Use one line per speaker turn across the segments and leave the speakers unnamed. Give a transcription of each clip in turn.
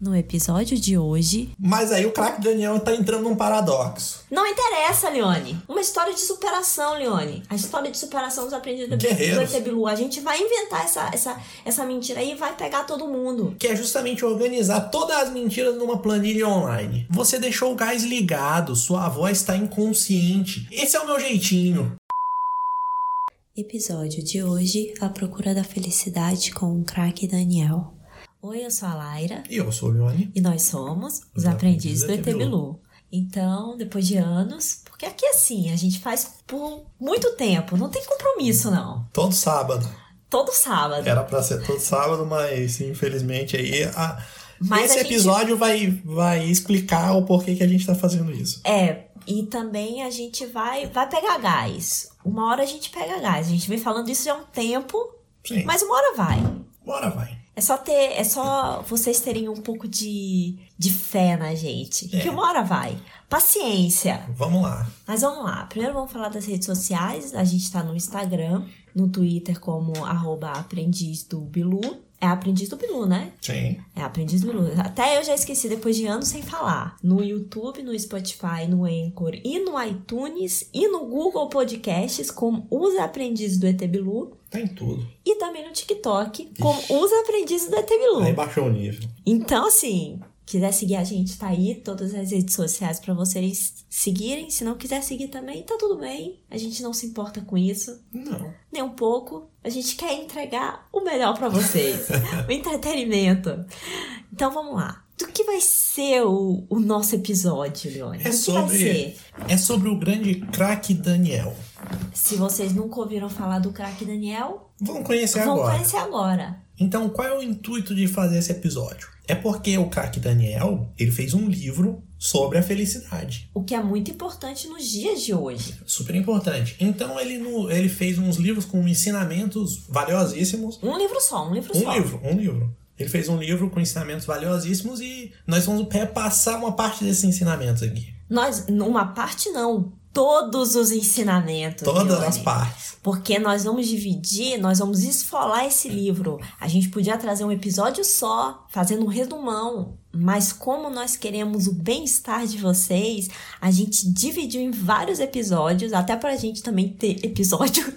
No episódio de hoje.
Mas aí o craque Daniel tá entrando num paradoxo.
Não interessa, Leone. Uma história de superação, Leone. A história de superação dos aprendidos do
Guerreiros.
ET Bilu. A gente vai inventar essa, essa, essa mentira aí e vai pegar todo mundo.
Que é justamente organizar todas as mentiras numa planilha online. Você deixou o gás ligado, sua voz tá inconsciente. Esse é o meu jeitinho.
Episódio de hoje: A Procura da Felicidade com o craque Daniel. Oi, eu sou a Laira.
E eu sou o Leone.
E nós somos os
Os
aprendizes
Aprendizes
do ET
ET Bilu.
Bilu. Então, depois de anos, porque aqui assim, a gente faz por muito tempo, não tem compromisso não.
Todo sábado.
Todo sábado.
Era pra ser todo sábado, mas infelizmente aí. a-
Mas
Esse
a gente-
episódio vai, vai explicar o porquê que a gente tá fazendo isso.
É, e também a gente vai vai pegar gás. Uma hora a gente pega gás. A gente vem falando isso já há um tempo,
Sim.
mas uma hora vai.
Bora, vai.
É só ter, é só vocês terem um pouco de, de fé na gente.
É.
Que uma hora vai. Paciência.
Vamos lá.
Mas vamos lá. Primeiro vamos falar das redes sociais. A gente tá no Instagram, no Twitter como arroba aprendiz do Bilu. É aprendiz do Bilu, né?
Sim.
É aprendiz do Bilu. Até eu já esqueci depois de anos sem falar. No YouTube, no Spotify, no Anchor e no iTunes e no Google Podcasts como os aprendizes do ET Bilu.
Tem tudo.
E também no TikTok como os aprendizes do ET Bilu.
Aí baixou o nível.
Então, assim, quiser seguir a gente, tá aí todas as redes sociais pra vocês seguirem. Se não quiser seguir também, tá tudo bem. A gente não se importa com isso,
Não.
nem um pouco. A gente quer entregar o melhor pra vocês, o entretenimento. Então, vamos lá. Do que vai ser o, o nosso episódio, Leone?
É
Do que vai
sobre-
ser?
É sobre o grande craque Daniel.
Se vocês nunca ouviram falar do craque Daniel,
Vamos conhecer
vão
agora.
conhecer agora.
Então, qual é o intuito de fazer esse episódio? É porque o craque Daniel, ele fez um livro sobre a felicidade.
O que é muito importante nos dias de hoje.
Super importante. Então, ele, no- ele fez uns livros com ensinamentos valiosíssimos.
Um livro só, um livro
Um
só.
livro, um livro. Ele fez um livro com ensinamentos valiosíssimos e nós vamos repassar uma parte desses ensinamentos aqui.
Nós, numa parte não, todos os ensinamentos.
Todas
Leone.
as partes.
Porque nós vamos dividir, nós vamos esfolar esse livro. A gente podia trazer um episódio só, fazendo um resumão. Mas como nós queremos o bem-estar de vocês, a gente dividiu em vários episódios, até pra gente também ter episódio,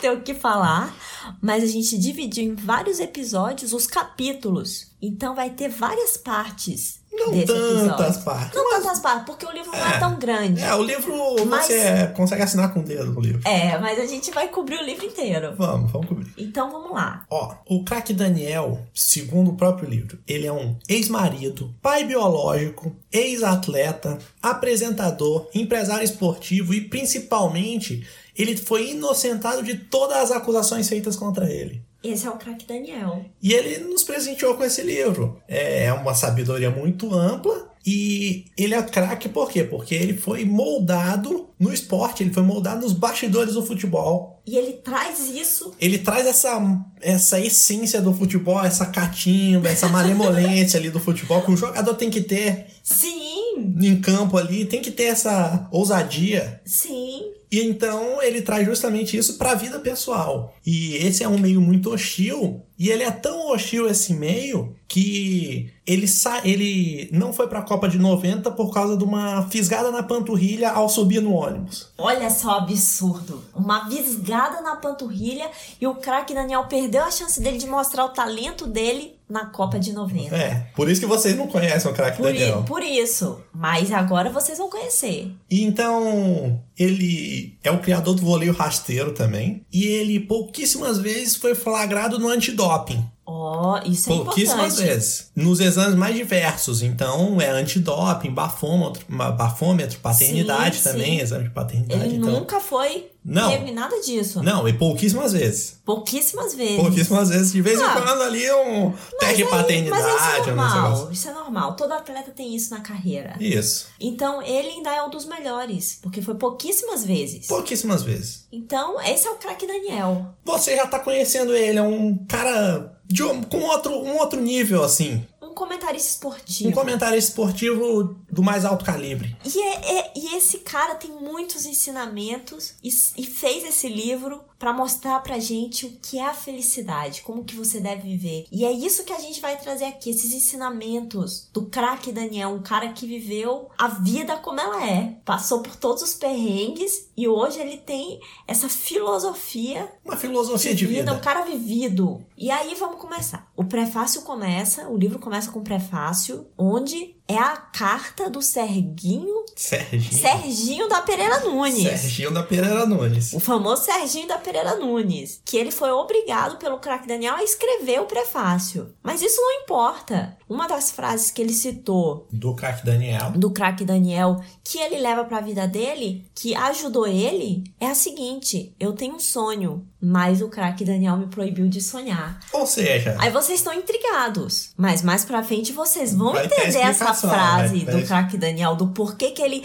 ter o que falar. Mas a gente dividiu em vários episódios os capítulos. Então vai ter várias partes
Não
desse episódio.
tantas partes.
Não tantas partes, porque o livro não é tão grande.
É, o livro
Mas-
você consegue assinar com o dedo no livro.
É, mas a gente vai cobrir o livro inteiro.
Vamos, vamos cobrir.
Então vamos lá.
Ó, o craque Daniel, segundo o próprio livro, ele é um ex-marido, pai biológico, ex-atleta, apresentador, empresário esportivo e principalmente ele foi inocentado de todas as acusações feitas contra ele.
Esse é o craque Daniel.
E ele nos presenteou com esse livro. É uma sabedoria muito ampla e ele é craque por quê? Porque ele foi moldado no esporte, ele foi moldado nos bastidores do futebol.
E ele traz isso.
Ele traz essa, essa essência do futebol, essa catimba, essa malemolência ali do futebol que o jogador tem que ter
Sim,
em campo ali, tem que ter essa ousadia.
sim.
E então ele traz justamente isso para a vida pessoal. E esse é um meio muito hostil, e ele é tão hostil esse meio que ele sa ele não foi para a Copa de 90 por causa de uma fisgada na panturrilha ao subir no ônibus.
Olha só o absurdo. Uma visgada na panturrilha e o craque Daniel perdeu a chance dele de mostrar o talento dele na Copa de 90.
É, por isso que vocês não conhecem o craque
Por, i-
Daniel.
por isso. Mas agora vocês vão conhecer.
E então, ele é o criador do voleio rasteiro também. E ele pouquíssimas vezes foi flagrado no antidoping.
Ó, isso é
pouquíssimas
importante.
vezes. Nos exames mais diversos. Então, é antidoping, bafômetro, ma- bafômetro paternidade
Sim,
também, exame de paternidade.
Ele
então.
nunca foi.
Não.
Teve nada disso.
Não, e pouquíssimas vezes.
Pouquíssimas vezes.
Pouquíssimas vezes. De vez em
Ah.
quando ali um teste de paternidade.
Mas isso é
um negócio
normal, isso é normal. Todo atleta tem isso na carreira.
assim. Isso.
Então ele ainda é um dos melhores, porque foi pouquíssimas vezes.
Pouquíssimas vezes.
Então esse é o craque Daniel.
Você já tá conhecendo ele, é um cara de um- com outro, um outro nível, assim.
Um comentarista esportivo.
Um comentarista esportivo do mais alto calibre.
E, é- é- e esse cara tem muitos ensinamentos e, s- e fez esse livro pra mostrar pra gente o que é a felicidade, como que você deve viver. E é isso que a gente vai trazer aqui, esses ensinamentos do craque Daniel, um cara que viveu a vida como ela é, passou por todos os perrengues e hoje ele tem essa filosofia
Uma filosofia de
vida, um
vida.
cara vivido. E aí vamos começar. O prefácio começa, o livro começa com um prefácio, onde é a carta do Serginho,
Serginho.
Serginho da Pereira Nunes.
Serginho da Pereira Nunes.
O famoso Serginho da Pereira Nunes, que ele foi obrigado pelo craque Daniel a escrever o prefácio. Mas isso não importa. Uma das frases que ele citou
Do craque Daniel.
do craque Daniel que ele leva pra vida dele, que ajudou ele, é a seguinte: eu tenho um sonho, mas o craque Daniel me proibiu de sonhar.
Ou seja,
Aí vocês estão intrigados, mas mais pra frente vocês vão
Vai ter
entender essa
explicação, né?
frase
vai ter-
do craque Daniel do porquê que ele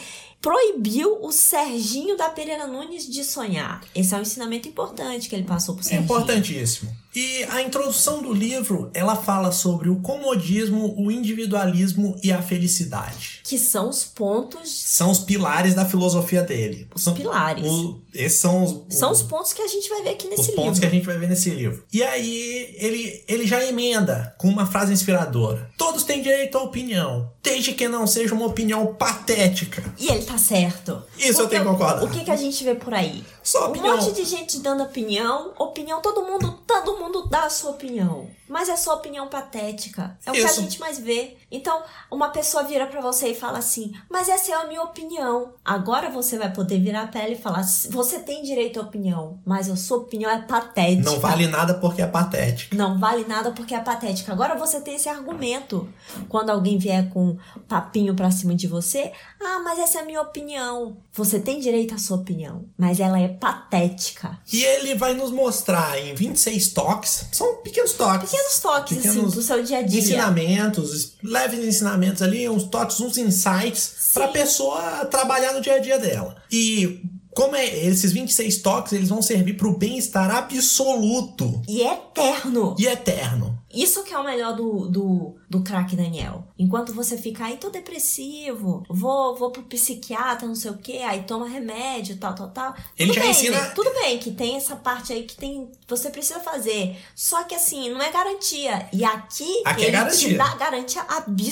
proibiu o Serginho da Pereira Nunes de sonhar. Esse é um ensinamento importante que ele passou pro
é
Serginho.
importantíssimo. E a introdução do livro, ela fala sobre o comodismo, o individualismo e a felicidade.
Que são os pontos,
São os pilares da filosofia dele.
os
São-
pilares.
o- esses são os,
São os pontos que a gente vai ver aqui
os
nesse
pontos
livro.
que a gente vai ver nesse livro. E aí ele, ele já emenda com uma frase inspiradora. Todos têm direito à opinião, desde que não seja uma opinião patética.
E ele tá certo.
Isso eu
Porque
tenho que concordar.
O que, que a gente vê por aí?
Só
um
opinião.
monte de gente dando opinião, opinião, todo mundo, todo mundo dá a sua opinião. Mas é só opinião patética. É o que a
Isso.
gente mais vê. Então, uma pessoa vira pra você e fala assim: Mas essa é a minha opinião. Agora você vai poder virar a pele e falar: "S- Você tem direito à opinião, mas a sua opinião é patética.
Não vale nada porque é patética.
Não vale nada porque é patética. Agora você tem esse argumento. Quando alguém vier com papinho pra cima de você, ah, mas essa é a minha opinião. Você tem direito à sua opinião, mas ela é patética.
E ele vai nos mostrar em 26 toques, são pequenos toques.
Pequenos toques,
Pequenos
assim, do seu dia a dia.
Ensinamentos, leves ensinamentos ali, uns toques, uns insights
Sim.
pra pessoa trabalhar no dia a dia dela. E como é, esses 26 toques, eles vão servir pro bem-estar absoluto
E é eterno.
e eterno.
Isso que é o melhor do, do, do craque Daniel. Enquanto você fica aí, tô depressivo, vou, vou pro psiquiatra, não sei o que, aí toma remédio, tal, tal, tal. tudo
Ele já
bem, né?
ensina-
Tudo bem que tem essa parte aí que tem você precisa fazer. Só que assim, não é garantia. E aqui,
Aqui é
ele te
garantia.
dá garantia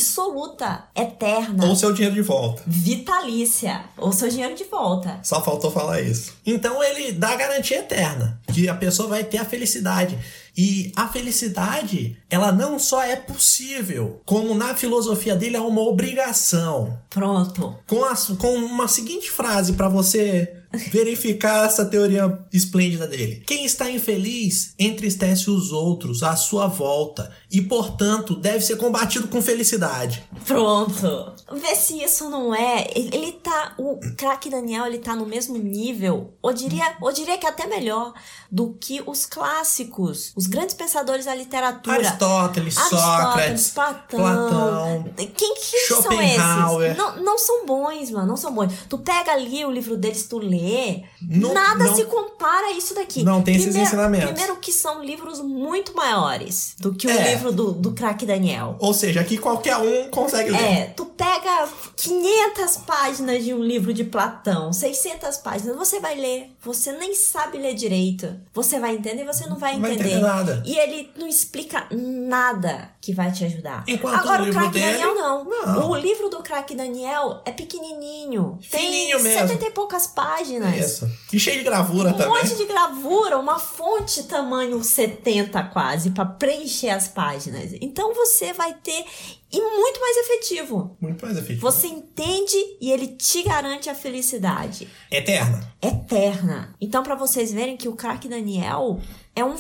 absoluta, eterna,
Ou seu dinheiro de volta.
vitalícia. Ou seu dinheiro de volta.
Só faltou falar isso. Então ele dá a garantia eterna, que a pessoa vai ter a felicidade. E a felicidade, ela não só é possível, como na filosofia dele é uma obrigação.
Pronto.
Com, a, com uma seguinte frase para você verificar essa teoria esplêndida dele. Quem está infeliz entristece os outros à sua volta e, portanto, deve ser combatido com felicidade.
Pronto. Vê se isso não é. Ele ele tá. O craque Daniel, ele tá no mesmo nível. Ou diria, ou diria que até melhor do que os clássicos, os grandes pensadores da literatura.
Aristóteles, Sócrates,
Platão.
Platão.
Quem que são
Schopenhauer.
esses? Não, não são bons, mano. Não são bons. Tu pega ali o livro deles, tu lê.
Não-
nada
não-
se compara a isso daqui.
Não tem esses ensinamentos.
Primeiro que são livros muito maiores do que o
É.
livro do, do craque Daniel.
Ou seja, aqui qualquer um consegue ler.
É, tu pega 500 páginas de um livro de Platão, 600 páginas, você vai ler, você nem sabe ler direito. Você vai entender, você não vai
Não vai
entender.
entender nada.
E ele não explica nada que vai te ajudar.
Enquanto
Agora
o livro
craque
dele-
Daniel não.
não.
O livro do craque Daniel é pequenininho.
Fininho
tem
mesmo.
70 e poucas páginas.
Isso. E cheio de gravura
Um
também.
monte de gravura, uma fonte tamanho 70 quase, pra preencher as páginas. Então você vai ter e muito mais efetivo.
Muito mais efetivo.
Você entende e ele te garante a felicidade
Eterna.
eterna. Então pra vocês verem que o craque Daniel é um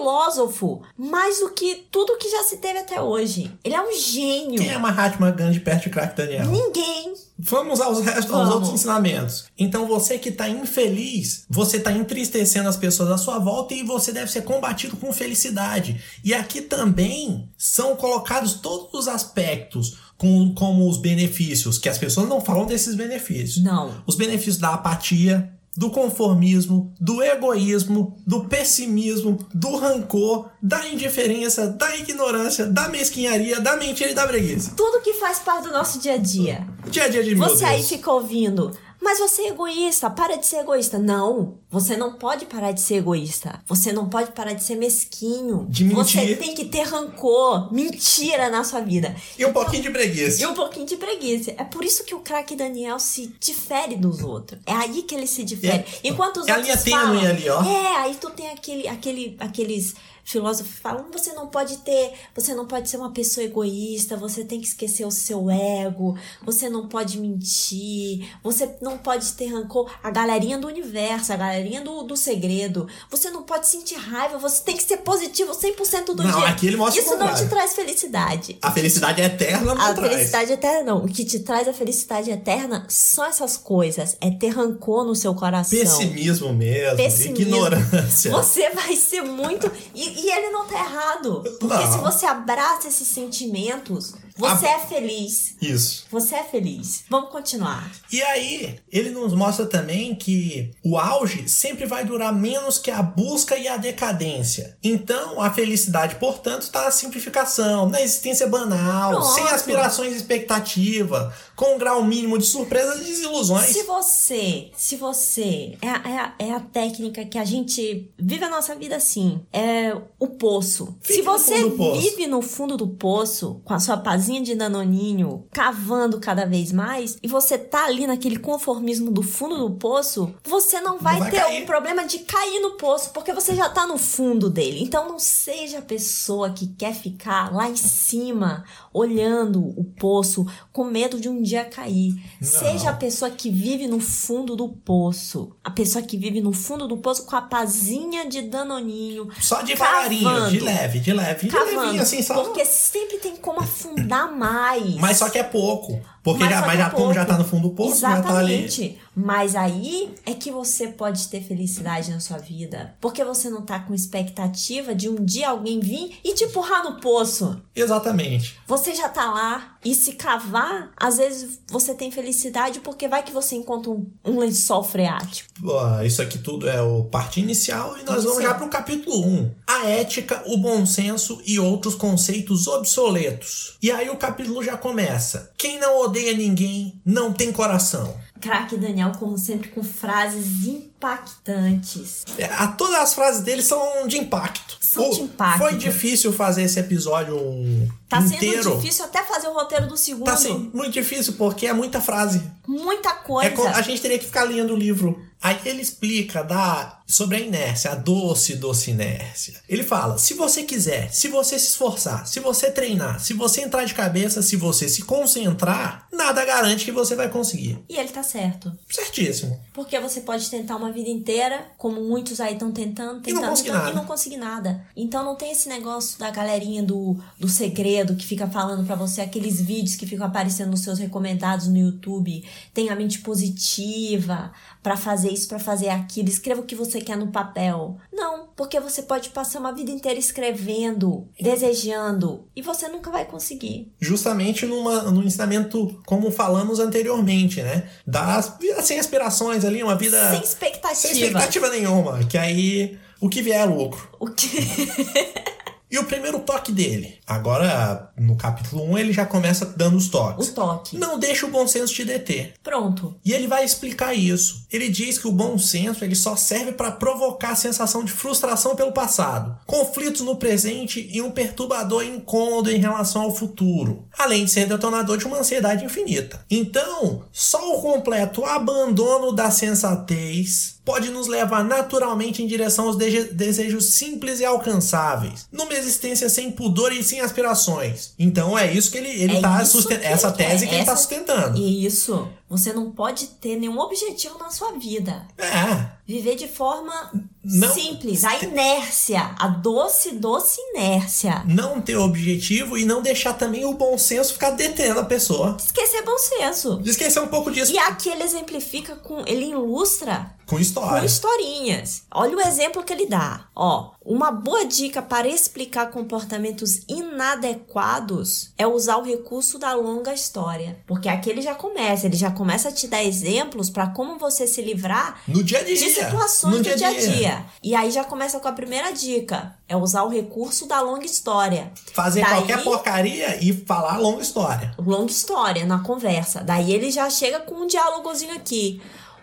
filósofo, mais do que tudo que já se teve até hoje. Ele é um gênio.
Quem é Mahatma Gandhi perto de Crack Daniel?
Ninguém
Vamos aos restos,
Vamos.
aos outros ensinamentos. Então você que tá infeliz, você tá entristecendo as pessoas à sua volta e você deve ser combatido com felicidade. E aqui também são colocados todos os aspectos, com, como os benefícios, que as pessoas não falam desses benefícios.
não.
Os benefícios da apatia, do conformismo, do egoísmo, do pessimismo, do rancor, da indiferença, da ignorância, da mesquinharia, da mentira e da preguiça.
Tudo que faz parte do nosso dia a dia.
Dia a dia de meu
Você aí
Deus.
fica ouvindo. Mas você é egoísta, para de ser egoísta. Não, você não pode parar de ser egoísta. Você não pode parar de ser mesquinho.
De mentir.
Você tem que ter rancor, mentira na sua vida.
E um pouquinho de preguiça.
E um pouquinho de preguiça. É por isso que o craque Daniel se difere dos outros. É aí que ele se difere. Enquanto os
é a
outros
linha tênue
falam,
ali, ó.
É, aí tu tem aquele, aquele, aqueles filósofos que falam, "Hum, você não pode ter, você não pode ser uma pessoa egoísta, você tem que esquecer o seu ego, você não pode mentir, você não pode ter rancor. A galerinha do universo, a galerinha do, do segredo, você não pode sentir raiva, você tem que ser positivo 100% do
Não,
dia.
aqui ele mostra o
Isso não te
contrário.
traz felicidade.
A felicidade é eterna, não
A
traz.
felicidade eterna, não. O que te traz a felicidade eterna são essas coisas. É ter rancor no seu coração.
Pessimismo mesmo,
Pessimismo.
ignorância.
Você vai ser muito. E, e ele não tá errado. Porque
Não.
se você abraça esses sentimentos, você é feliz.
Isso.
Você é feliz. Vamos continuar.
E aí, ele nos mostra também que o auge sempre vai durar menos que a busca e a decadência. Então, a felicidade, portanto, está na simplificação, na existência banal,
Pronto.
sem aspirações e expectativa, com um grau mínimo de surpresas e desilusões.
Se você, se você, é, a- é, a- é a técnica que a gente vive a nossa vida assim, é o poço.
Fica
se
no
você
fundo do poço.
vive no fundo do poço, com a sua pazinha de nanoninho, cavando cada vez mais, e você tá ali naquele conformismo do fundo do poço, você não vai,
vai
ter
cair.
o problema de cair no poço, porque você já tá no fundo dele. Então não seja a pessoa que quer ficar lá em cima, olhando o poço, com medo de um dia cair.
Não.
Seja a pessoa que vive no fundo do poço. A pessoa que vive no fundo do poço com a pazinha de danoninho.
Só devagarinho,
Cavando.
de leve, de leve, de
Cavando.
levinho, assim, só.
porque sempre tem como afundar mais.
Mas só que é pouco. Porque
Mas
já,
só
mas
que é
já, como já tá
pouco.
no fundo do poço, já tá ali.
Exatamente. Mas aí é que você pode ter felicidade na sua vida. Porque você não tá com expectativa de um dia alguém vir e te empurrar no poço.
Exatamente.
Você já tá lá e se cavar, às vezes você tem felicidade porque vai que você encontra um, um lençol freático.
Ó, Isso aqui tudo é o parte inicial e nós vamos
Inicial.
já para o capítulo 1. A ética, o bom senso e outros conceitos obsoletos. E aí o capítulo já começa. Quem não odeia ninguém não tem coração.
Craque Daniel, como sempre, com frases impactantes.
É, a- todas as frases dele são de impacto.
São de impacto.
Foi difícil fazer esse episódio um
Tá
inteiro.
sendo difícil até fazer o roteiro do segundo.
Tá sendo muito difícil porque é muita frase.
Muita
É
coisa.
como- a gente teria que ficar lendo o livro. Aí ele explica da, sobre a inércia, a doce, doce inércia. Ele fala: se você quiser, se você se esforçar, se você treinar, se você entrar de cabeça, se você se concentrar, nada garante que você vai conseguir.
E ele tá certo.
Certíssimo.
Porque você pode tentar uma vida inteira, como muitos aí estão tentando,
E não
tentando,
conseguir
tentando,
nada.
e não conseguir nada. Então não tem esse negócio da galerinha do, do segredo que fica falando pra você, aqueles vídeos que ficam aparecendo nos seus recomendados no YouTube. Tenha a mente positiva pra fazer isso, pra fazer aquilo. Escreva o que você quer no papel. Não, porque você pode passar uma vida inteira escrevendo, desejando, e você nunca vai conseguir.
Justamente numa, num ensinamento, como falamos anteriormente, né? Das, sem aspirações ali, uma vida
Sem expectativa.
É. sem expectativa nenhuma. Que aí o que vier é lucro.
O que...
E o primeiro toque dele. Agora, no capítulo 1, ele já começa dando os
o
toques.
toque.
Não deixa o bom senso te deter.
Pronto.
E ele vai explicar isso. Ele diz que o bom senso ele só serve para provocar a sensação de frustração pelo passado, conflitos no presente e um perturbador incômodo em relação ao futuro, além de ser detonador de uma ansiedade infinita. Então, só o completo abandono da sensatez pode nos levar naturalmente em direção aos dege- desejos simples e alcançáveis, numa existência sem pudor e sem aspirações. Então é isso que ele, ele
É
tá
isso
sustentando,
que
essa
ele quer,
tese que ele está
essa-
sustentando.
E isso, você não pode ter nenhum objetivo na sua vida.
É.
Viver de forma
Não.
simples, a inércia, a doce, doce inércia.
não ter objetivo e não deixar também o bom senso ficar detendo a pessoa.
Esquecer bom senso.
Esquecer um pouco disso.
E aqui ele exemplifica com, ele ilustra
Com história.
com historinhas. Olha o exemplo que ele dá. Ó, uma boa dica para explicar comportamentos inadequados é usar o recurso da longa história, porque aqui ele já começa, ele já começa a te dar exemplos para como você se livrar
No dia a dia.
de
no
situações do dia a dia. E aí já começa com a primeira dica, é usar o recurso da longa história.
Fazer
Daí-
qualquer porcaria e falar longa história.
longa história na conversa. Daí ele já chega com um diálogozinho aqui.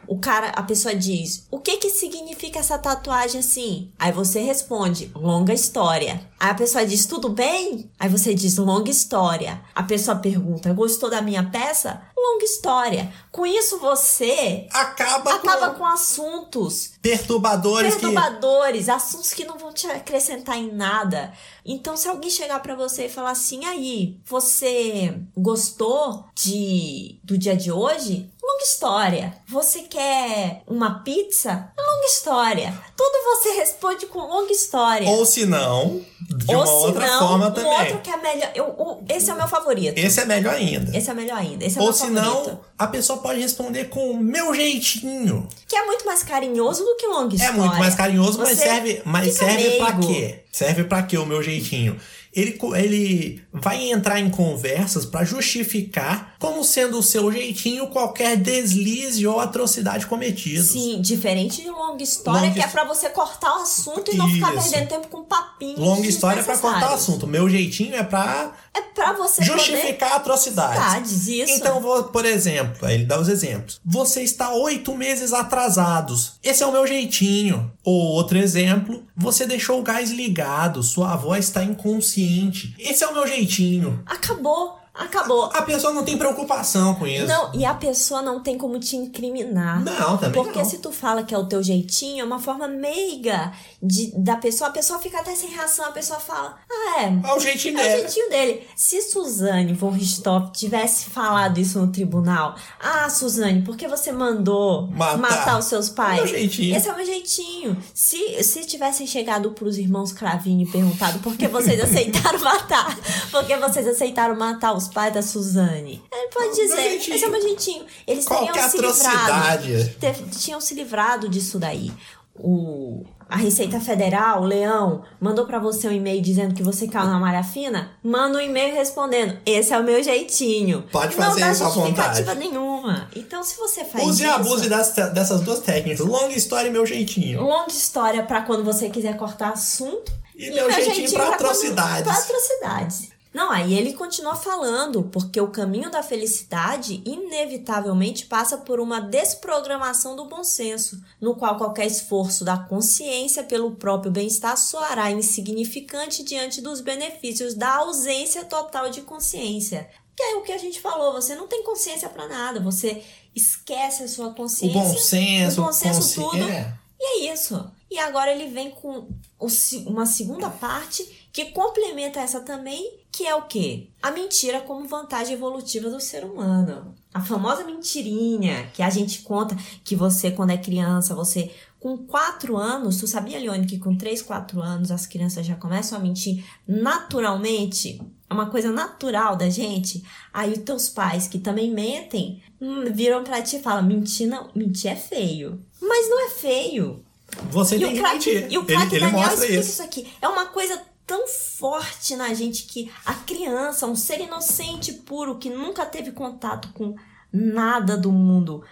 O cara, a pessoa diz: "O que que significa essa tatuagem assim?" Aí você responde: "Longa história". Aí a pessoa diz: "Tudo bem?" Aí você diz: "Longa história". A pessoa pergunta: "Gostou da minha peça?" Longa história. Com isso você
Acaba,
acaba com assuntos
perturbadores que.
perturbadores, assuntos que não vão te acrescentar em nada. Então, se alguém chegar pra você e falar assim, aí, você gostou de do dia de hoje? Longa história. Você quer uma pizza? Longa história. Tudo você responde com longa história.
Ou se não, de uma
Ou se
outra
não,
forma
um
também.
outro que é melhor. Eu, o- esse é o meu favorito.
Esse é melhor ainda.
Esse é melhor ainda. Esse é o
Ou
meu
se
favorito.
não, a pessoa pode responder com o meu jeitinho.
Que é muito mais carinhoso do que longa
É
história.
muito mais carinhoso, mas
Você
serve, mas
fica
serve pra
meigo.
quê? Serve pra quê o meu jeitinho? Ele, co- ele vai entrar em conversas pra justificar como sendo o seu jeitinho qualquer deslize ou atrocidade cometidos.
Sim, diferente de longa história,
Longa
que é
his-
pra você cortar o assunto e não ficar
Isso.
perdendo tempo com papinho.
Longa história é pra cortar o assunto. Meu jeitinho é pra
É pra você poder...
justificar atrocidades.
Atrocidades, isso.
Então, vou, por exemplo, aí ele dá os exemplos. Você está oito meses atrasados. Esse é o meu jeitinho. Ou outro exemplo, você deixou o gás ligado, sua avó está inconsciente. Esse é o meu jeitinho.
Acabou, acabou.
A pessoa não tem preocupação com isso.
Não, e a pessoa não tem como te incriminar.
Não, também
Porque
não.
se tu fala que é o teu jeitinho, é uma forma meiga de, da pessoa. A pessoa fica até sem reação, a pessoa fala, ah, é,
É o jeitinho
É o
dela.
jeitinho dele. Se Suzane von Richthofen tivesse falado isso no tribunal, ah, Suzane, por que você mandou
Matar.
matar, os seus pais?
Meu jeitinho.
Esse é o meu jeitinho. Se, se tivessem chegado pros irmãos Cravinho e perguntado por que vocês aceitaram matar, por que vocês aceitaram matar os pais da Suzane? Ele pode
Meu
dizer,
jeitinho.
esse é o meu jeitinho. Eles
Qualquer
teriam se livrado
atrocidade.
ter- tinham se livrado disso daí. O, a Receita Federal, o Leão, mandou pra você um e-mail dizendo que você caiu na malha fina? Manda um e-mail respondendo: esse é o meu jeitinho.
Pode
Não
fazer
dá
isso à
justificativa nenhuma. Então, se você faz
Use e
isso,
abuse das- dessas duas técnicas. Longa história e meu jeitinho.
longa história pra quando você quiser cortar assunto.
E meu jeitinho pra
quando-
atrocidades.
pra atrocidades. Não, aí ele continua falando, porque o caminho da felicidade inevitavelmente passa por uma desprogramação do bom senso, no qual qualquer esforço da consciência pelo próprio bem-estar soará insignificante diante dos benefícios da ausência total de consciência. Que é o que a gente falou, você não tem consciência pra nada, você esquece a sua
O
consciência.
bom senso,
o bom senso,
consci-
tudo.
é.
E é isso. E agora ele vem com o se- uma segunda parte que complementa essa também, que é o quê? A mentira como vantagem evolutiva do ser humano. A famosa mentirinha que a gente conta que você, quando é criança, você com 4 anos, tu sabia, Leone, que com 3, 4 anos as crianças já começam a mentir naturalmente? É uma coisa natural da gente. Aí os teus pais, que também mentem, hum, viram pra ti e falam: mentir, não, mentir é feio. Mas não é feio.
Você
E
tem
o
que
craque,
mentir.
e o craque
ele ele
Daniel
mostra
explica
isso.
isso. aqui. É uma coisa tão forte na gente que a criança, um ser inocente puro que nunca teve contato com nada do mundo,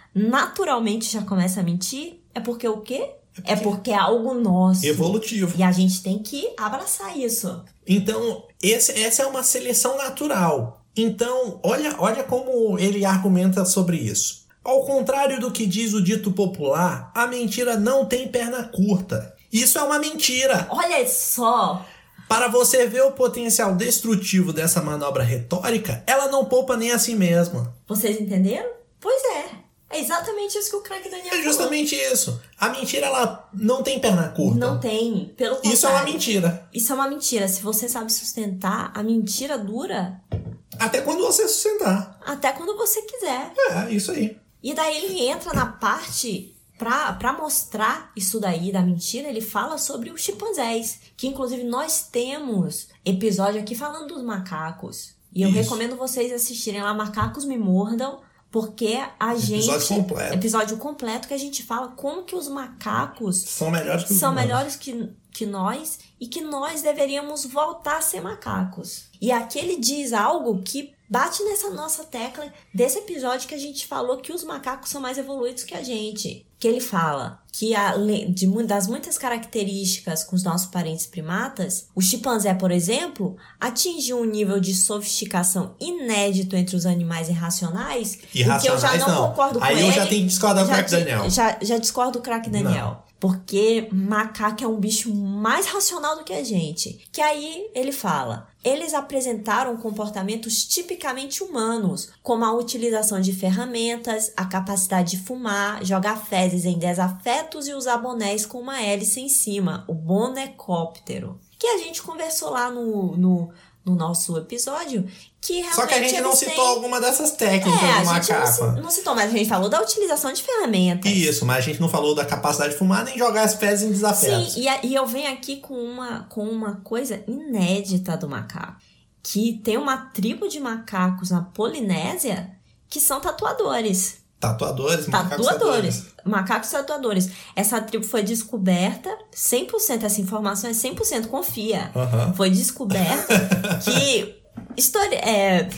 naturalmente já começa a mentir. É porque o quê? É porque é algo nosso.
Evolutivo.
E a gente tem que abraçar isso.
Então, esse- essa é uma seleção natural. Então, olha, olha como ele argumenta sobre isso. Ao contrário do que diz o dito popular, a mentira não tem perna curta. Isso é uma mentira.
Olha só.
Para você ver o potencial destrutivo dessa manobra retórica, ela não poupa nem a si mesma.
Vocês entenderam? Pois é. É exatamente isso que o craque Daniel
É
falou.
justamente isso. A mentira, ela não tem perna curta.
Não tem. Pelo contrário.
Isso é uma mentira.
Isso é uma mentira. Se você sabe sustentar, a mentira dura
Até quando você sustentar.
até quando você quiser.
É, isso aí.
E daí ele entra na parte pra, pra mostrar isso daí da mentira, ele fala sobre os chimpanzés. Que inclusive nós temos episódio aqui falando dos macacos. E eu
Isso.
recomendo vocês assistirem lá Macacos Me Mordam. Porque a gente.
Episódio completo.
Episódio completo que a gente fala como que os macacos
São melhores que os
são
humanos.
melhores que, que nós e que nós deveríamos voltar a ser macacos. E aqui ele diz algo que bate nessa nossa tecla desse episódio que a gente falou que os macacos são mais evoluídos que a gente. Que ele fala que a le- de, mu- das muitas características com os nossos parentes primatas, o chimpanzé, por exemplo, atingiu um nível de sofisticação inédito entre os animais irracionais,
Irracionais,
o que eu já não,
não.
concordo com
Aí eu
ele.
já tenho que discordar do
Já
craque
di-
Daniel.
Já, já discordo do craque Daniel. Porque macaco é um bicho mais racional do que a gente. Que aí ele fala. Eles apresentaram comportamentos tipicamente humanos, como a utilização de ferramentas, a capacidade de fumar, jogar fezes em desafetos e usar bonés com uma hélice em cima, o bonecóptero. Que a gente conversou lá no, no, no nosso episódio, que realmente
Só que a gente não
eles
citou
têm-
alguma dessas técnicas
é,
do
a gente não,
macaco.
ci- não citou, mas a gente falou da utilização de ferramentas.
Isso, mas a gente não falou da capacidade de fumar nem jogar as pés em desafeto.
Sim, e, a- e eu venho aqui com uma, com uma coisa inédita do macaco. Que tem uma tribo de macacos na Polinésia que são tatuadores.
Tatuadores, macacos
Tatuadores. Macacos tatuadores. Essa tribo foi descoberta, 100%, essa informação é 100% confia.
Aham.
Foi descoberta que histori- é,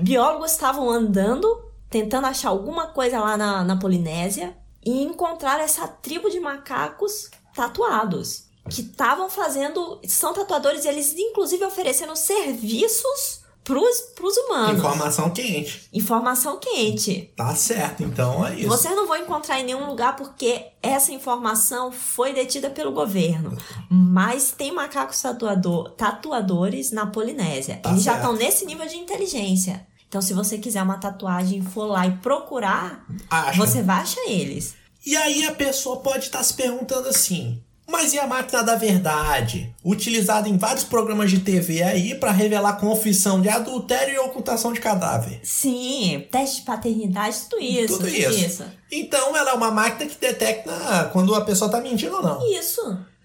biólogos estavam andando, tentando achar alguma coisa lá na, na Polinésia e encontraram essa tribo de macacos tatuados. Que estavam fazendo. São tatuadores e eles, inclusive, ofereceram serviços pros, pros humanos.
Informação quente.
Informação quente.
Tá certo, então é isso.
Vocês não vão encontrar em nenhum lugar porque essa informação foi detida pelo governo. Mas tem macacos tatuador, tatuadores na Polinésia.
Tá
Eles já
certo.
estão nesse nível de inteligência. Então, se você quiser uma tatuagem, for lá e procurar,
Acha.
você vai achar eles.
E aí a pessoa pode estar se perguntando assim: mas e a máquina da verdade? Utilizada em vários programas de TV aí pra revelar confissão de adultério e ocultação de cadáver.
Sim, teste de paternidade, tudo isso.
Tudo isso. Então ela é uma máquina que detecta quando a pessoa tá mentindo ou não.
Isso.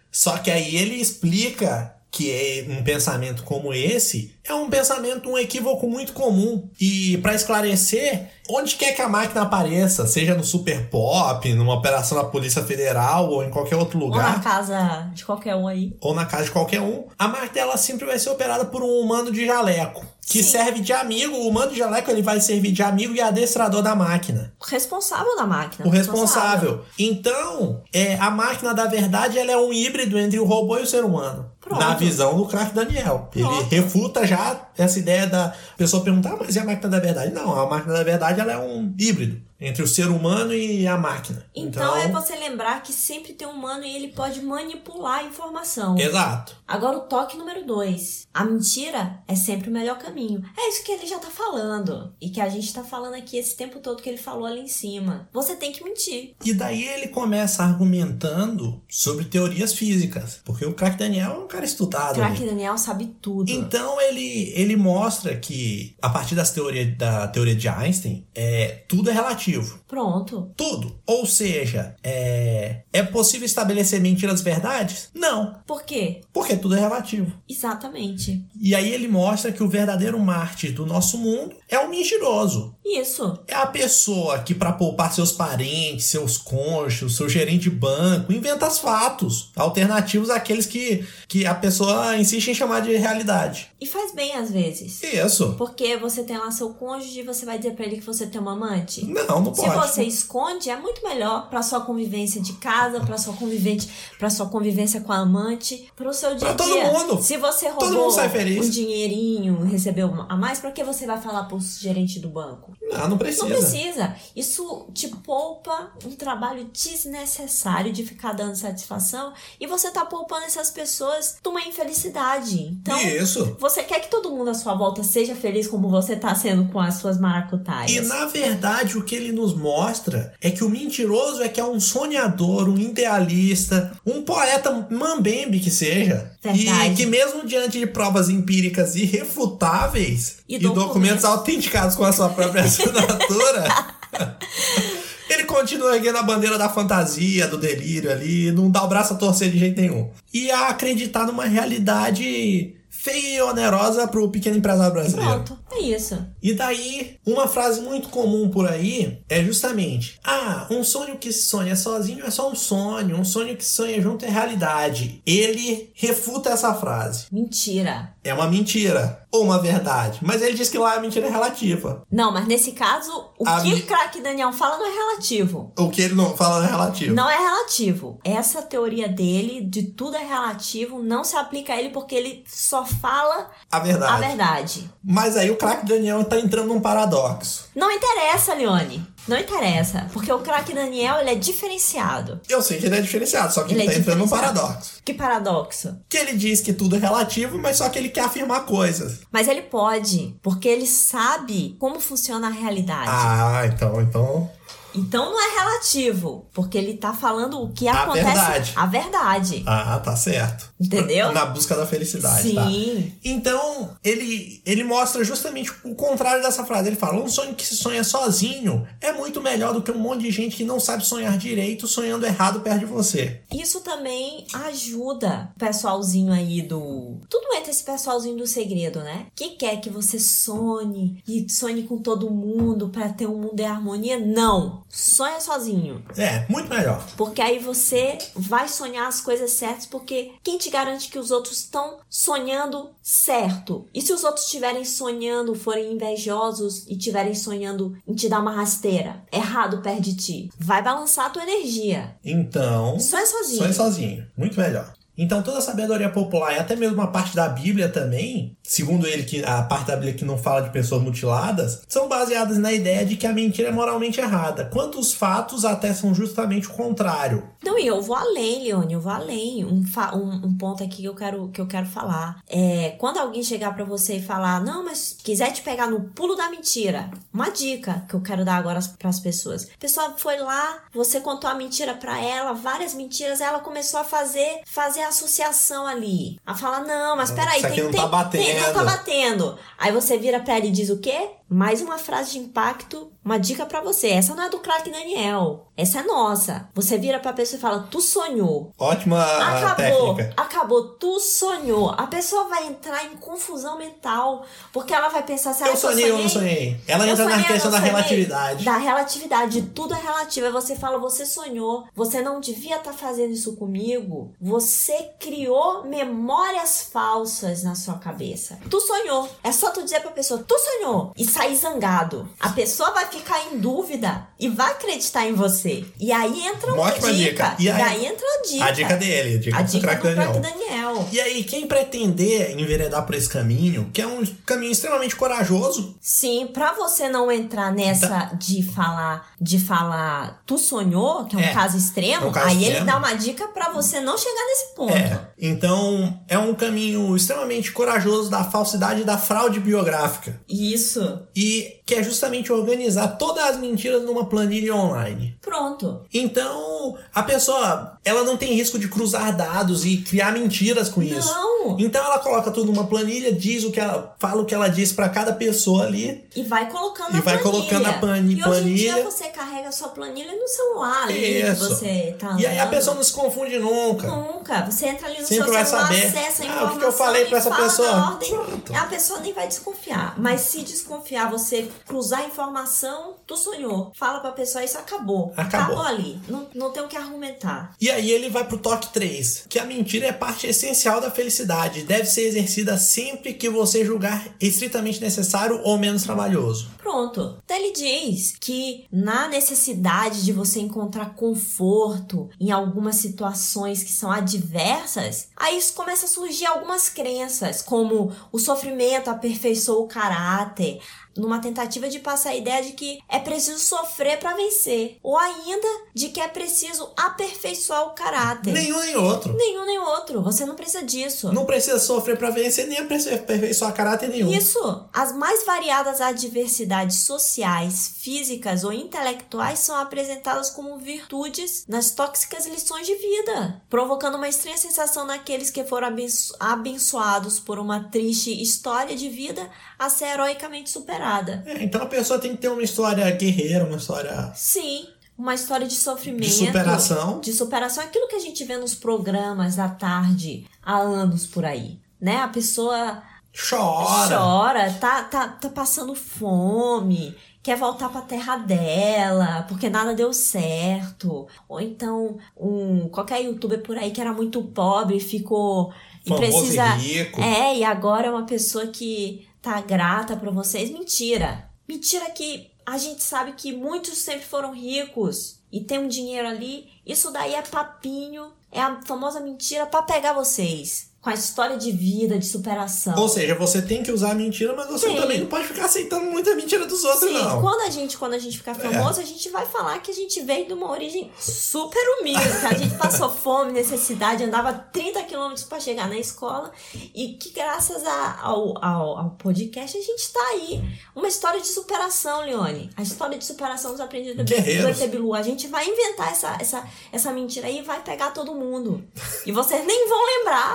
Só que aí ele explica que é um pensamento como esse é um pensamento, um equívoco muito comum. E para esclarecer, onde quer que a máquina apareça, seja no Super Pop, numa operação da Polícia Federal ou em qualquer outro
Ou na
lugar,
casa de qualquer um aí.
ou na casa de qualquer um, a máquina ela sempre vai ser operada por um humano de jaleco, que
Sim.
serve de amigo. O humano de jaleco ele vai servir de amigo e adestrador da máquina.
O responsável da máquina.
O responsável. Então, é, a máquina da verdade ela é um híbrido entre o robô e o ser humano.
Pronto.
Na visão do craque Daniel.
Pronto.
Ele refuta já essa ideia da pessoa perguntar, "Ah, mas e a máquina da verdade? Não, a máquina da verdade ela é um híbrido entre o ser humano e a máquina.
Então, é você lembrar que sempre tem um humano e ele pode manipular a informação.
Exato.
Agora o toque número 2. A mentira é sempre o melhor caminho. É isso que ele já tá falando. E que a gente tá falando aqui esse tempo todo que ele falou ali em cima. Você tem que mentir.
E daí ele começa argumentando sobre teorias físicas. Porque o craque Daniel é um cara estudado. né?
Crack Daniel sabe tudo.
Então ele, ele mostra que, a partir das teorias, da teoria de Einstein, é, tudo é relativo.
Pronto.
Tudo. Ou seja, é, é possível estabelecer mentiras verdades? Não,
Por quê?
porque tudo é relativo.
Exatamente.
E aí ele mostra que o verdadeiro Marte do nosso mundo é o mentiroso.
Isso.
É a pessoa que, para poupar seus parentes, seus cônjuges, seu gerente de banco, inventa os fatos alternativos àqueles que, que a pessoa insiste em chamar de realidade.
E faz bem às vezes.
Isso.
Porque você tem lá seu cônjuge e você vai dizer pra ele que você tem uma amante?
Não, não
Se
pode.
você esconde, é muito melhor pra sua convivência de casa, pra sua convivente, para sua convivência com a amante, pro seu dia a
Pra todo
dia.
mundo.
Se você roubou
mundo sai feliz.
um dinheirinho, recebeu a mais, pra que você vai falar pro gerente do banco?
Ah, Não, não precisa.
Não precisa. Isso te poupa um trabalho desnecessário de ficar dando satisfação e você tá poupando essas pessoas de uma infelicidade. Então,
Isso.
você quer que todo mundo à sua volta seja feliz como você tá sendo com as suas maracutaias.
E na verdade o que ele nos mostra é que o mentiroso é que é um sonhador, um idealista, um poeta mambembe que seja.
Verdade.
E que mesmo diante de provas empíricas irrefutáveis
E
e, documentos.
documentos
autenticados com a sua própria assinatura, ele continua erguendo a bandeira da fantasia, do delírio ali, não dá o braço a torcer de jeito nenhum. E a acreditar numa realidade feia e onerosa pro pequeno empresário brasileiro.
Pronto, é isso.
E daí, uma frase muito comum por aí é justamente: Ah, um sonho que se sonha sozinho é só um sonho, um sonho que se sonha junto é realidade. Ele refuta essa frase.
Mentira.
É uma mentira ou uma verdade, mas ele diz que lá a mentira é relativa.
Não, mas nesse caso, o
A
que
mi-
o craque Daniel fala não é relativo.
O que ele não fala é relativo.
Não é relativo. Essa teoria dele, de tudo é relativo, não se aplica a ele porque ele só fala
A verdade.
a verdade.
Mas aí o craque Daniel tá entrando num paradoxo.
Não interessa, Leone. Não interessa. Porque o craque Daniel, ele é diferenciado.
Eu sei que ele é diferenciado, só que ele,
Ele é
tá entrando num
diferenciado.
paradoxo.
Que paradoxo.
Que ele diz que tudo é relativo, mas só que ele quer afirmar coisas.
Mas ele pode, porque ele sabe como funciona a realidade.
Ah, então, então.
Então não é relativo, porque ele tá falando o que
A
acontece.
verdade.
A verdade.
Ah, tá certo.
Entendeu?
Na busca da felicidade, tá?
Sim.
Então, ele, ele mostra justamente o contrário dessa frase. Ele fala: um sonho que se sonha sozinho é muito melhor do que um monte de gente que não sabe sonhar direito, sonhando errado perto de você.
Isso também ajuda o pessoalzinho aí do. Tudo entra esse pessoalzinho do segredo, né? Que quer que você sonhe e sonhe com todo mundo pra ter um mundo em harmonia? Não. Sonha sozinho.
É, muito melhor.
Porque aí você vai sonhar as coisas certas, porque quem te garante que os outros estão sonhando certo? E se os outros estiverem sonhando, forem invejosos e estiverem sonhando em te dar uma rasteira? Errado perto de ti. Vai balançar a tua energia.
Então.
Sonha sozinho.
Sonhe sozinho. Muito melhor. Então toda a sabedoria popular e até mesmo uma parte da Bíblia também, segundo ele que a parte da Bíblia que não fala de pessoas mutiladas, são baseadas na ideia de que a mentira é moralmente errada, quanto os fatos até são justamente o contrário.
Não, e eu vou além, Leone, eu vou além. Um, fa- um, um ponto aqui que eu quero, que eu quero falar. É, quando alguém chegar pra você e falar, não, mas quiser te pegar no pulo da mentira, uma dica que eu quero dar agora pras pessoas. A pessoa foi lá, você contou a mentira pra ela, várias mentiras, ela começou a fazer, fazer a associação ali. A falar, não, mas
Isso
peraí,
aqui
tem,
não
tem,
tá
tem, não tá
batendo.
batendo. Aí você vira pra ela e diz o quê? Mais uma frase de impacto, uma dica pra você. Essa não é do craque Daniel. Essa é nossa. Você vira pra pessoa e fala: Tu sonhou.
Ótima
Acabou,
Ah, técnica.
acabou, tu sonhou. A pessoa vai entrar em confusão mental, porque ela vai pensar se ela
Eu sonhei ou não sonhei? Ela
eu
entra na
sonhei, eu
questão da
não sonhei.
relatividade.
Da relatividade, tudo é relativo. Aí você fala, você sonhou, você não devia estar fazendo isso comigo. Você criou memórias falsas na sua cabeça. Tu sonhou. É só tu dizer pra pessoa, tu sonhou. E sair zangado. A pessoa vai ficar em dúvida e vai acreditar em você. E aí entra uma
Mostra uma
dica.
dica. E aí-
daí entra a dica.
A dica dele, a dica,
A
do
dica do
craque
craque
Daniel.
Daniel.
E aí, quem pretender enveredar por esse caminho, que é um caminho extremamente corajoso,
Sim, pra você não entrar nessa
Tá.
de falar, de falar, tu sonhou, que é um
É,
caso extremo,
é um caso
aí ele
extremo.
dá uma dica pra você não chegar nesse ponto.
É. Então, é um caminho extremamente corajoso da falsidade e da fraude biográfica.
Isso.
E que é justamente organizar todas as mentiras numa planilha online.
Pronto.
Então, a pessoa, ela não tem risco de cruzar dados e criar mentiras com isso.
Não.
Então ela coloca tudo numa planilha, diz o que ela fala o que ela diz pra cada pessoa ali.
E vai colocando
E
a
vai
planilha.
colocando a pani-
E hoje em dia
planilha.
você carrega a sua planilha no celular ali que
Isso.
você tá
E aí a
andando.
pessoa não se confunde nunca.
Nunca. Você entra ali no
Sempre
seu
vai
celular,
saber.
acessa a
Ah,
informação
o que eu falei
e
pra essa
fala
pessoa?
na ordem.
Pronto.
A pessoa nem vai desconfiar. Mas se desconfiar, você cruzar a informação, tu sonhou. Fala pra pessoa, isso acabou.
Acabou.
ali. Não, não tem o que argumentar.
E aí ele vai pro toque 3, que a mentira é parte essencial da felicidade, deve ser exercida sempre que você julgar estritamente necessário ou menos trabalhoso.
Pronto. Então ele diz que na necessidade de você encontrar conforto em algumas situações que são adversas, aí isso começa a surgir algumas crenças, como o sofrimento aperfeiçoa o caráter, numa tentativa de passar a ideia de que é preciso sofrer para vencer, ou ainda de que é preciso aperfeiçoar o caráter.
Nenhum nem outro.
Nenhum nem outro, você não precisa disso.
Não precisa sofrer pra vencer, nem precisa aperfeiçoar caráter nenhum.
Isso! As mais variadas adversidades sociais, físicas ou intelectuais são apresentadas como virtudes nas tóxicas lições de vida, provocando uma estranha sensação naqueles que foram abenço- abençoados por uma triste história de vida a ser heroicamente superada.
É, então a pessoa tem que ter uma história guerreira, uma história
Sim, uma história de sofrimento. é
de superação.
de superação, aquilo que a gente vê nos programas da tarde há anos por aí. né? A pessoa
Chora.
chora, tá, tá, tá passando fome, quer voltar pra terra dela, porque nada deu certo. Ou então, um qualquer youtuber por aí que era muito pobre, ficou e
Famoso
precisa
e rico.
é, e agora é uma pessoa que tá grata pra vocês. Mentira. Mentira que a gente sabe que muitos sempre foram ricos e tem um dinheiro ali. Isso daí é papinho, é a famosa mentira pra pegar vocês. Com a história de vida, de superação.
Ou seja, você tem que usar a mentira, mas você
Sim.
também não pode ficar aceitando muita mentira dos outros,
Sim,
não. É.
quando a gente, quando a gente ficar famoso, a gente vai falar que a gente veio de uma origem super humilde, que a gente passou fome, necessidade, andava 30 quilômetros para chegar na escola e que graças a- ao, ao, ao podcast a gente tá aí. Uma história de superação, Leone. A história de superação dos aprendidos do
Guerreiros.
ET Bilu. A gente vai inventar essa, essa, essa mentira aí e vai pegar todo mundo. E vocês nem vão lembrar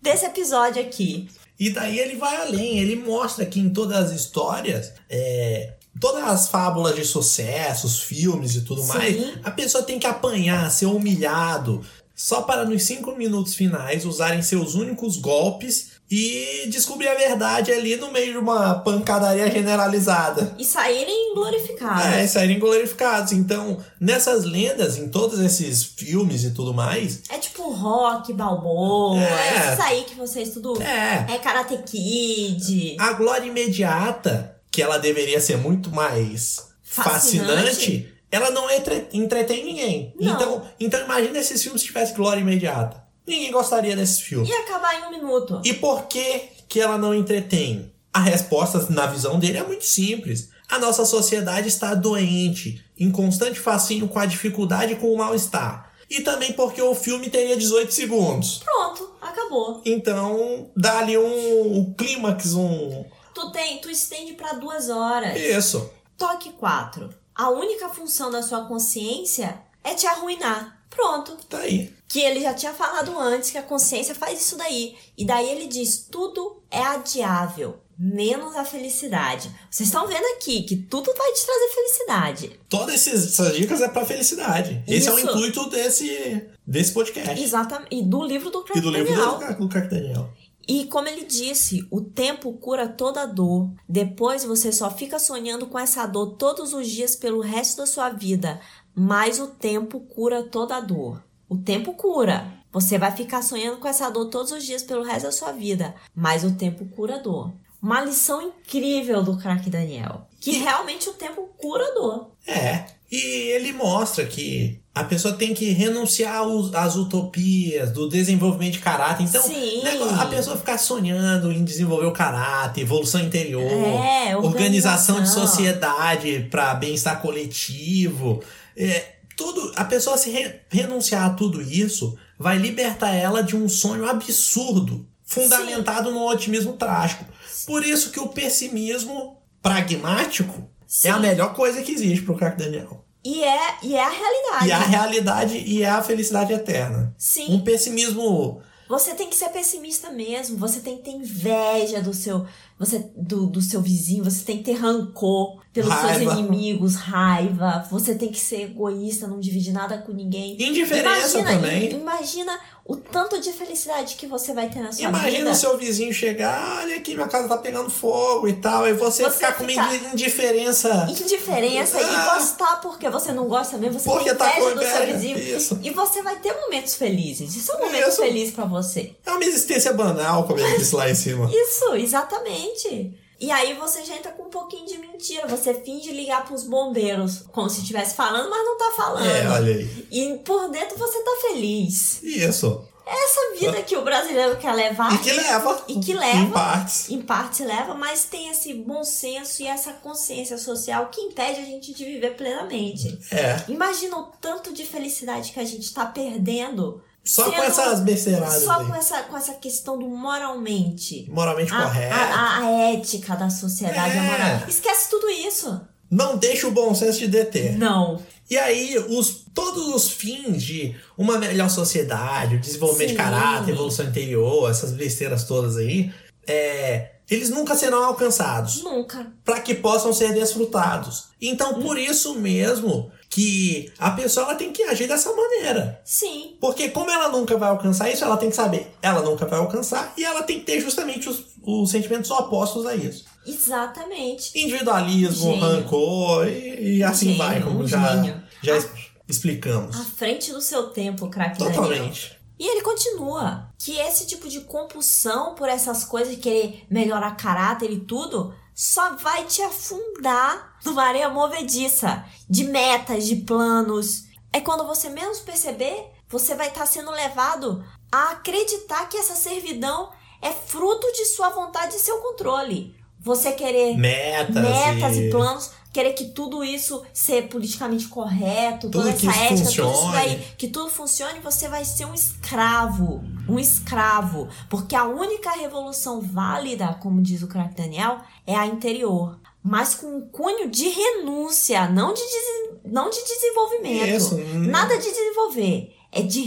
desse episódio aqui.
E daí ele vai além, ele mostra que em todas as histórias, é, todas as fábulas de sucesso, os filmes e tudo
Sim.
mais, a pessoa tem que apanhar, ser humilhado, só para nos cinco minutos finais usarem seus únicos golpes e descobrir a verdade ali no meio de uma pancadaria generalizada.
E saírem glorificados.
É, saírem glorificados. Então, nessas lendas, em todos esses filmes e tudo mais,
É tipo rock, balboa,
É.
é isso aí que vocês tudo. É,
é,
Karate Kid.
A glória imediata, que ela deveria ser muito mais fascinante,
Fascinante.
ela não entre- entretém ninguém.
Não.
Então, então imagina esses filmes que tivesse glória imediata. Ninguém gostaria desses filmes.
E acabar em um minuto.
E por que que ela não entretém? A resposta, na visão dele, é muito simples. A nossa sociedade está doente, em constante fascínio com a dificuldade e com o mal-estar. E também porque o filme teria 18 segundos.
Pronto, acabou.
Então, dá ali um, um clímax, um...
Tu tem, tu estende pra duas horas.
Isso.
Toque 4. A única função da sua consciência é te arruinar. Pronto.
Tá aí.
Que ele já tinha falado antes que a consciência faz isso daí. E daí ele diz: tudo é adiável, menos a felicidade. Vocês estão vendo aqui que tudo vai te trazer felicidade.
Todas esses- essas dicas é pra felicidade. Esse é o
Isso.
intuito desse, desse podcast.
Exatamente. E do livro do Craig
É. E do livro
Daniel.
do, Ca- do Crack Daniel.
E como ele disse, o tempo cura toda a dor. Depois você só fica sonhando com essa dor todos os dias pelo resto da sua vida. Mas o tempo cura toda a dor. O tempo cura. Você vai ficar sonhando com essa dor todos os dias pelo resto da sua vida. Mas o tempo cura a dor. Uma lição incrível do craque Daniel. Que realmente o tempo cura a dor.
É. E ele mostra que a pessoa tem que renunciar aos- às utopias, do desenvolvimento de caráter. Então,
Sim.
nego- a pessoa ficar sonhando em desenvolver o caráter, evolução interior,
É,
organização de
organização.
sociedade para bem-estar coletivo. É, tudo, a pessoa se re- renunciar a tudo isso vai libertar ela de um sonho absurdo, fundamentado no otimismo trágico. Por isso que o pessimismo pragmático é a
Sim.
melhor coisa que existe pro crack Daniel.
E é, e é a realidade.
E a realidade e é a felicidade eterna.
Sim.
Um pessimismo
Você tem que ser pessimista mesmo, você tem que ter inveja do seu, você, do, do seu vizinho, você tem que ter rancor pelos
Raiva.
seus inimigos, raiva, você tem que ser egoísta, não dividir nada com ninguém.
indiferença
imagina,
também.
imagina o tanto de felicidade que você vai ter na sua
Imagina
vida.
o seu vizinho chegar, olha aqui, minha casa tá pegando fogo e tal, e você,
Você
ficar com uma
ficar-
indi- indiferença.
Indiferença
Ah.
e gostar porque você não gosta mesmo, você
Porque
tem
tá com
inveja do seu
inveja,
vizinho.
isso.
E você vai ter momentos felizes. Isso é um momento
Isso.
feliz pra você.
É uma existência banal, como ele disse lá em cima.
Isso, exatamente. E aí você já entra com um pouquinho de mentira. Você finge ligar pros bombeiros, como se estivesse falando, mas não tá falando.
É, olha aí.
E por dentro você tá feliz.
Isso.
Essa
É.
vida que o brasileiro quer levar,
E que leva.
Ah, E que
Em
leva.
partes.
em parte leva, mas tem esse bom senso e essa consciência social que impede a gente de viver plenamente.
É.
Imagina o tanto de felicidade que a gente tá perdendo
Só
Sendo-
com essas besteiradas
só
aí.
com Ah, essa, com essa questão do moralmente.
Moralmente
A,
correto.
a- a- a ética da sociedade,
É.
a moral. Esquece tudo isso.
Não deixa o bom senso de deter.
Não.
E aí, os, todos os fins de uma melhor sociedade, o desenvolvimento de
Sim.
caráter, evolução interior, essas besteiras todas aí, é, Eles nunca serão alcançados
Nunca.
para que possam ser desfrutados. Então,
Hum.
por isso mesmo que a pessoa ela tem que agir dessa maneira.
Sim.
Porque como ela nunca vai alcançar isso, ela tem que saber. Ela nunca vai alcançar e ela tem que ter justamente os, os sentimentos opostos a isso.
Exatamente.
Individualismo,
Gênio.
rancor e, e assim
Gênio,
vai, como
um
já,
gênio.
já
Ah.
es- explicamos.
À frente do seu tempo, craque Daniel.
Totalmente.
E ele continua que esse tipo de compulsão por essas coisas, de querer melhorar caráter e tudo, só vai te afundar numa areia movediça de metas, de planos. É quando você menos perceber, você vai estar sendo levado a acreditar que essa servidão é fruto de sua vontade e seu controle. Você querer
Metas,
metas
e...
e planos, querer que tudo isso ser politicamente correto,
Tudo
toda
que
essa ética,
funcione.
tudo isso daí, que tudo funcione, você vai ser um escravo, um escravo, porque a única revolução válida, como diz o craque Daniel, é a interior, mas com um cunho de renúncia, não de desen- não de desenvolvimento.
Isso, hum.
Nada de desenvolver, é de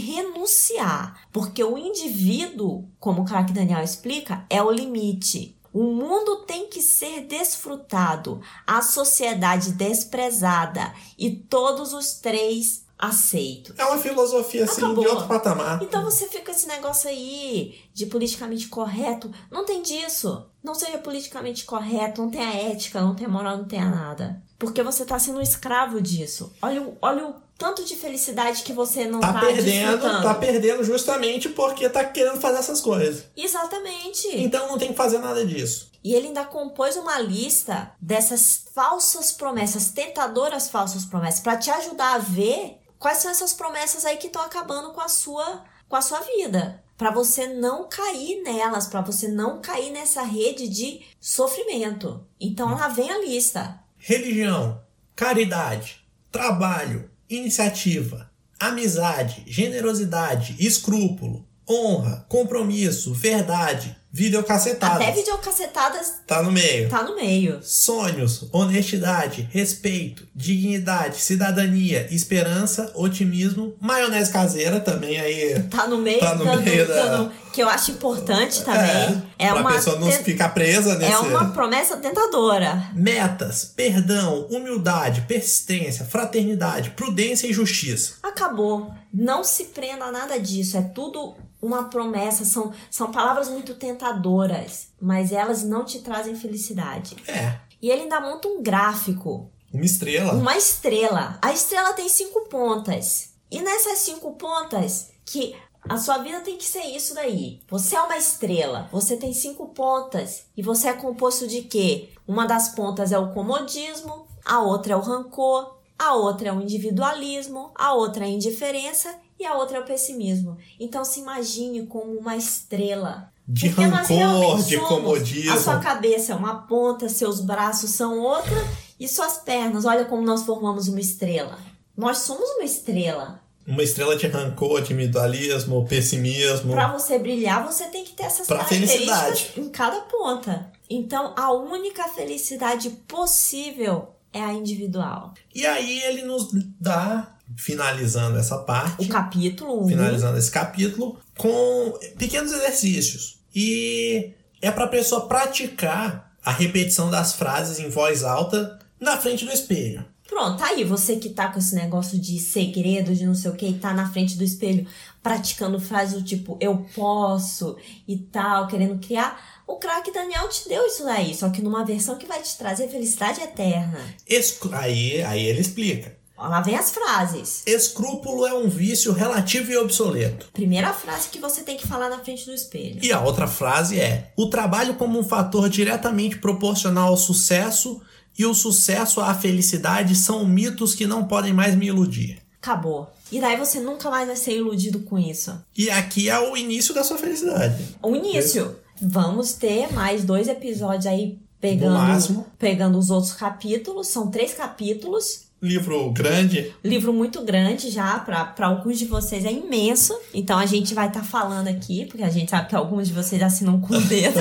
renunciar. Porque o indivíduo, como o craque Daniel explica, é o limite. O mundo tem que ser desfrutado, a sociedade desprezada e todos os três aceitos.
É uma filosofia assim
Acabou.
de outro patamar.
Então você fica com esse negócio aí de politicamente correto. Não tem disso. Não seja politicamente correto, não tenha ética, não tenha moral, não tenha nada. Porque você tá sendo um escravo disso. Olha o, olha o tanto de felicidade que você não tá,
Tá perdendo,
desfrutando.
tá perdendo justamente porque tá querendo fazer essas coisas.
Exatamente.
Então não tem que fazer nada disso.
E ele ainda compôs uma lista dessas falsas promessas, tentadoras falsas promessas, pra te ajudar a ver quais são essas promessas aí que estão acabando com a sua com a sua vida, Pra você não cair nelas, pra você não cair nessa rede de sofrimento. Então lá vem a lista.
Religião, caridade, trabalho, iniciativa, amizade, generosidade, escrúpulo, honra, compromisso, verdade, videocacetada.
Até videocacetadas
Tá no meio.
tá no meio.
Sonhos, honestidade, respeito, dignidade, cidadania, esperança, otimismo, maionese caseira também aí.
Tá no meio,
Tá no meio da-
que eu acho importante também. É,
pra
uma
pessoa não
ten-
ficar presa nesse.
é uma promessa tentadora.
Metas, perdão, humildade, persistência, fraternidade, prudência e justiça.
Acabou. Não se prenda a nada disso. É tudo uma promessa. São, são palavras muito tentadoras, mas elas não te trazem felicidade.
É,
E ele ainda monta um gráfico,
uma estrela.
uma estrela. A estrela tem cinco pontas. E nessas cinco pontas, que a sua vida tem que ser isso daí. Você é uma estrela, você tem cinco pontas. E você é composto de quê? Uma das pontas é o comodismo, a outra é o rancor, a outra é o individualismo, a outra é a indiferença e a outra é o pessimismo. Então se imagine como uma estrela.
De
Porque nós
rancor,
realmente
de
somos.
comodismo.
A sua cabeça é uma ponta, seus braços são outra e suas pernas. Olha como nós formamos uma estrela. Nós somos uma estrela.
Uma estrela de rancor, de individualismo, pessimismo.
Pra você brilhar, você tem que ter essas
Hum. Pra
características
felicidade.
em cada ponta. Então, a única felicidade possível é a individual.
E aí ele nos dá, finalizando essa
O
parte,
capítulo 1.
finalizando esse capítulo, com pequenos exercícios. E é para a pessoa praticar a repetição das frases em voz alta na frente do espelho.
Pronto, tá aí você que tá com esse negócio de segredo, de não sei o que, e tá na frente do espelho praticando frases do tipo eu posso e tal, querendo criar. O craque Daniel te deu isso daí, só que numa versão que vai te trazer felicidade eterna.
Escru- aí, aí ele explica.
Ó, lá vem as frases.
Escrúpulo é um vício relativo e obsoleto.
Primeira frase que você tem que falar na frente do espelho.
E a outra frase é: o trabalho como um fator diretamente proporcional ao sucesso e o sucesso à felicidade são mitos que não podem mais me iludir.
Acabou. E daí você nunca mais vai ser iludido com isso.
E aqui é o início da sua felicidade.
O início. Vamos ter mais dois episódios aí pegando,
No máximo.
pegando os outros capítulos. São três capítulos.
Livro grande,
Livro muito grande já, para alguns de vocês é imenso. Então a gente vai estar falando aqui, porque a gente sabe que alguns de vocês assinam com o dedo.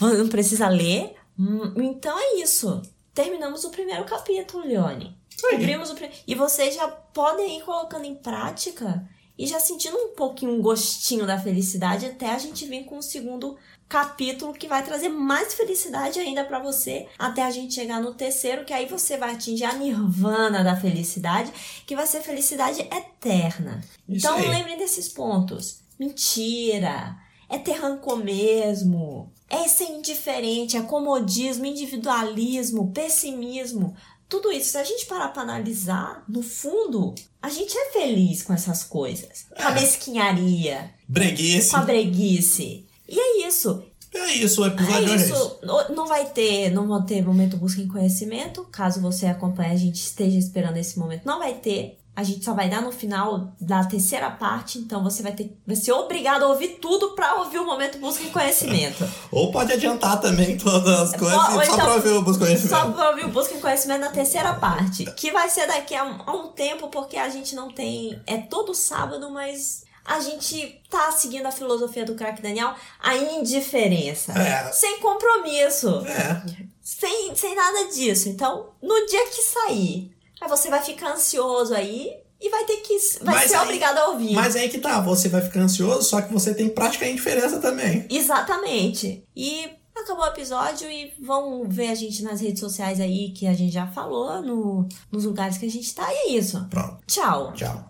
Não precisa ler. Hum, Então é isso. Terminamos o primeiro capítulo, Leone.
aí.
Cobrimos o primeiro. E vocês já podem ir colocando em prática e já sentindo um pouquinho um gostinho da felicidade até a gente vir com o segundo capítulo que vai trazer mais felicidade ainda para você até a gente chegar no terceiro, que aí você vai atingir a nirvana da felicidade, que vai ser felicidade eterna.
Isso
então
aí.
lembrem desses pontos. Mentira! É terranco mesmo. É ser indiferente, é comodismo, individualismo, pessimismo. Tudo isso, se a gente parar pra analisar, no fundo, a gente é feliz com essas coisas. Com a
É.
mesquinharia,
Breguice.
com a breguice. E é isso.
É isso, o
É
episódio é isso.
isso. No- Não vai ter, não vão ter momento busca em conhecimento. Caso você acompanhe, a gente esteja esperando esse momento, não vai ter. A gente só vai dar no final da terceira parte, então você vai ter, vai ser obrigado a ouvir tudo pra ouvir o momento busca em conhecimento.
Ou pode adiantar também todas as coisas,
É, Ou- ou
só pra ver o busco
Só
conhecimento.
pra ouvir o busca em conhecimento na terceira parte, que vai ser daqui a um, a um tempo, porque a gente não tem, é todo sábado, mas a gente tá seguindo a filosofia do craque Daniel, a indiferença,
É.
sem compromisso.
É,
sem, sem nada disso. Então, no dia que sair, aí você vai ficar ansioso aí e vai ter que. Vai
Mas
ser
aí-
obrigado a ouvir.
mas aí que tá, você vai ficar ansioso, só que você tem que praticar a indiferença também.
Exatamente. E acabou o episódio e vão ver a gente nas redes sociais aí que a gente já falou, no, nos lugares que a gente tá. E é isso.
Pronto,
Tchau.
tchau.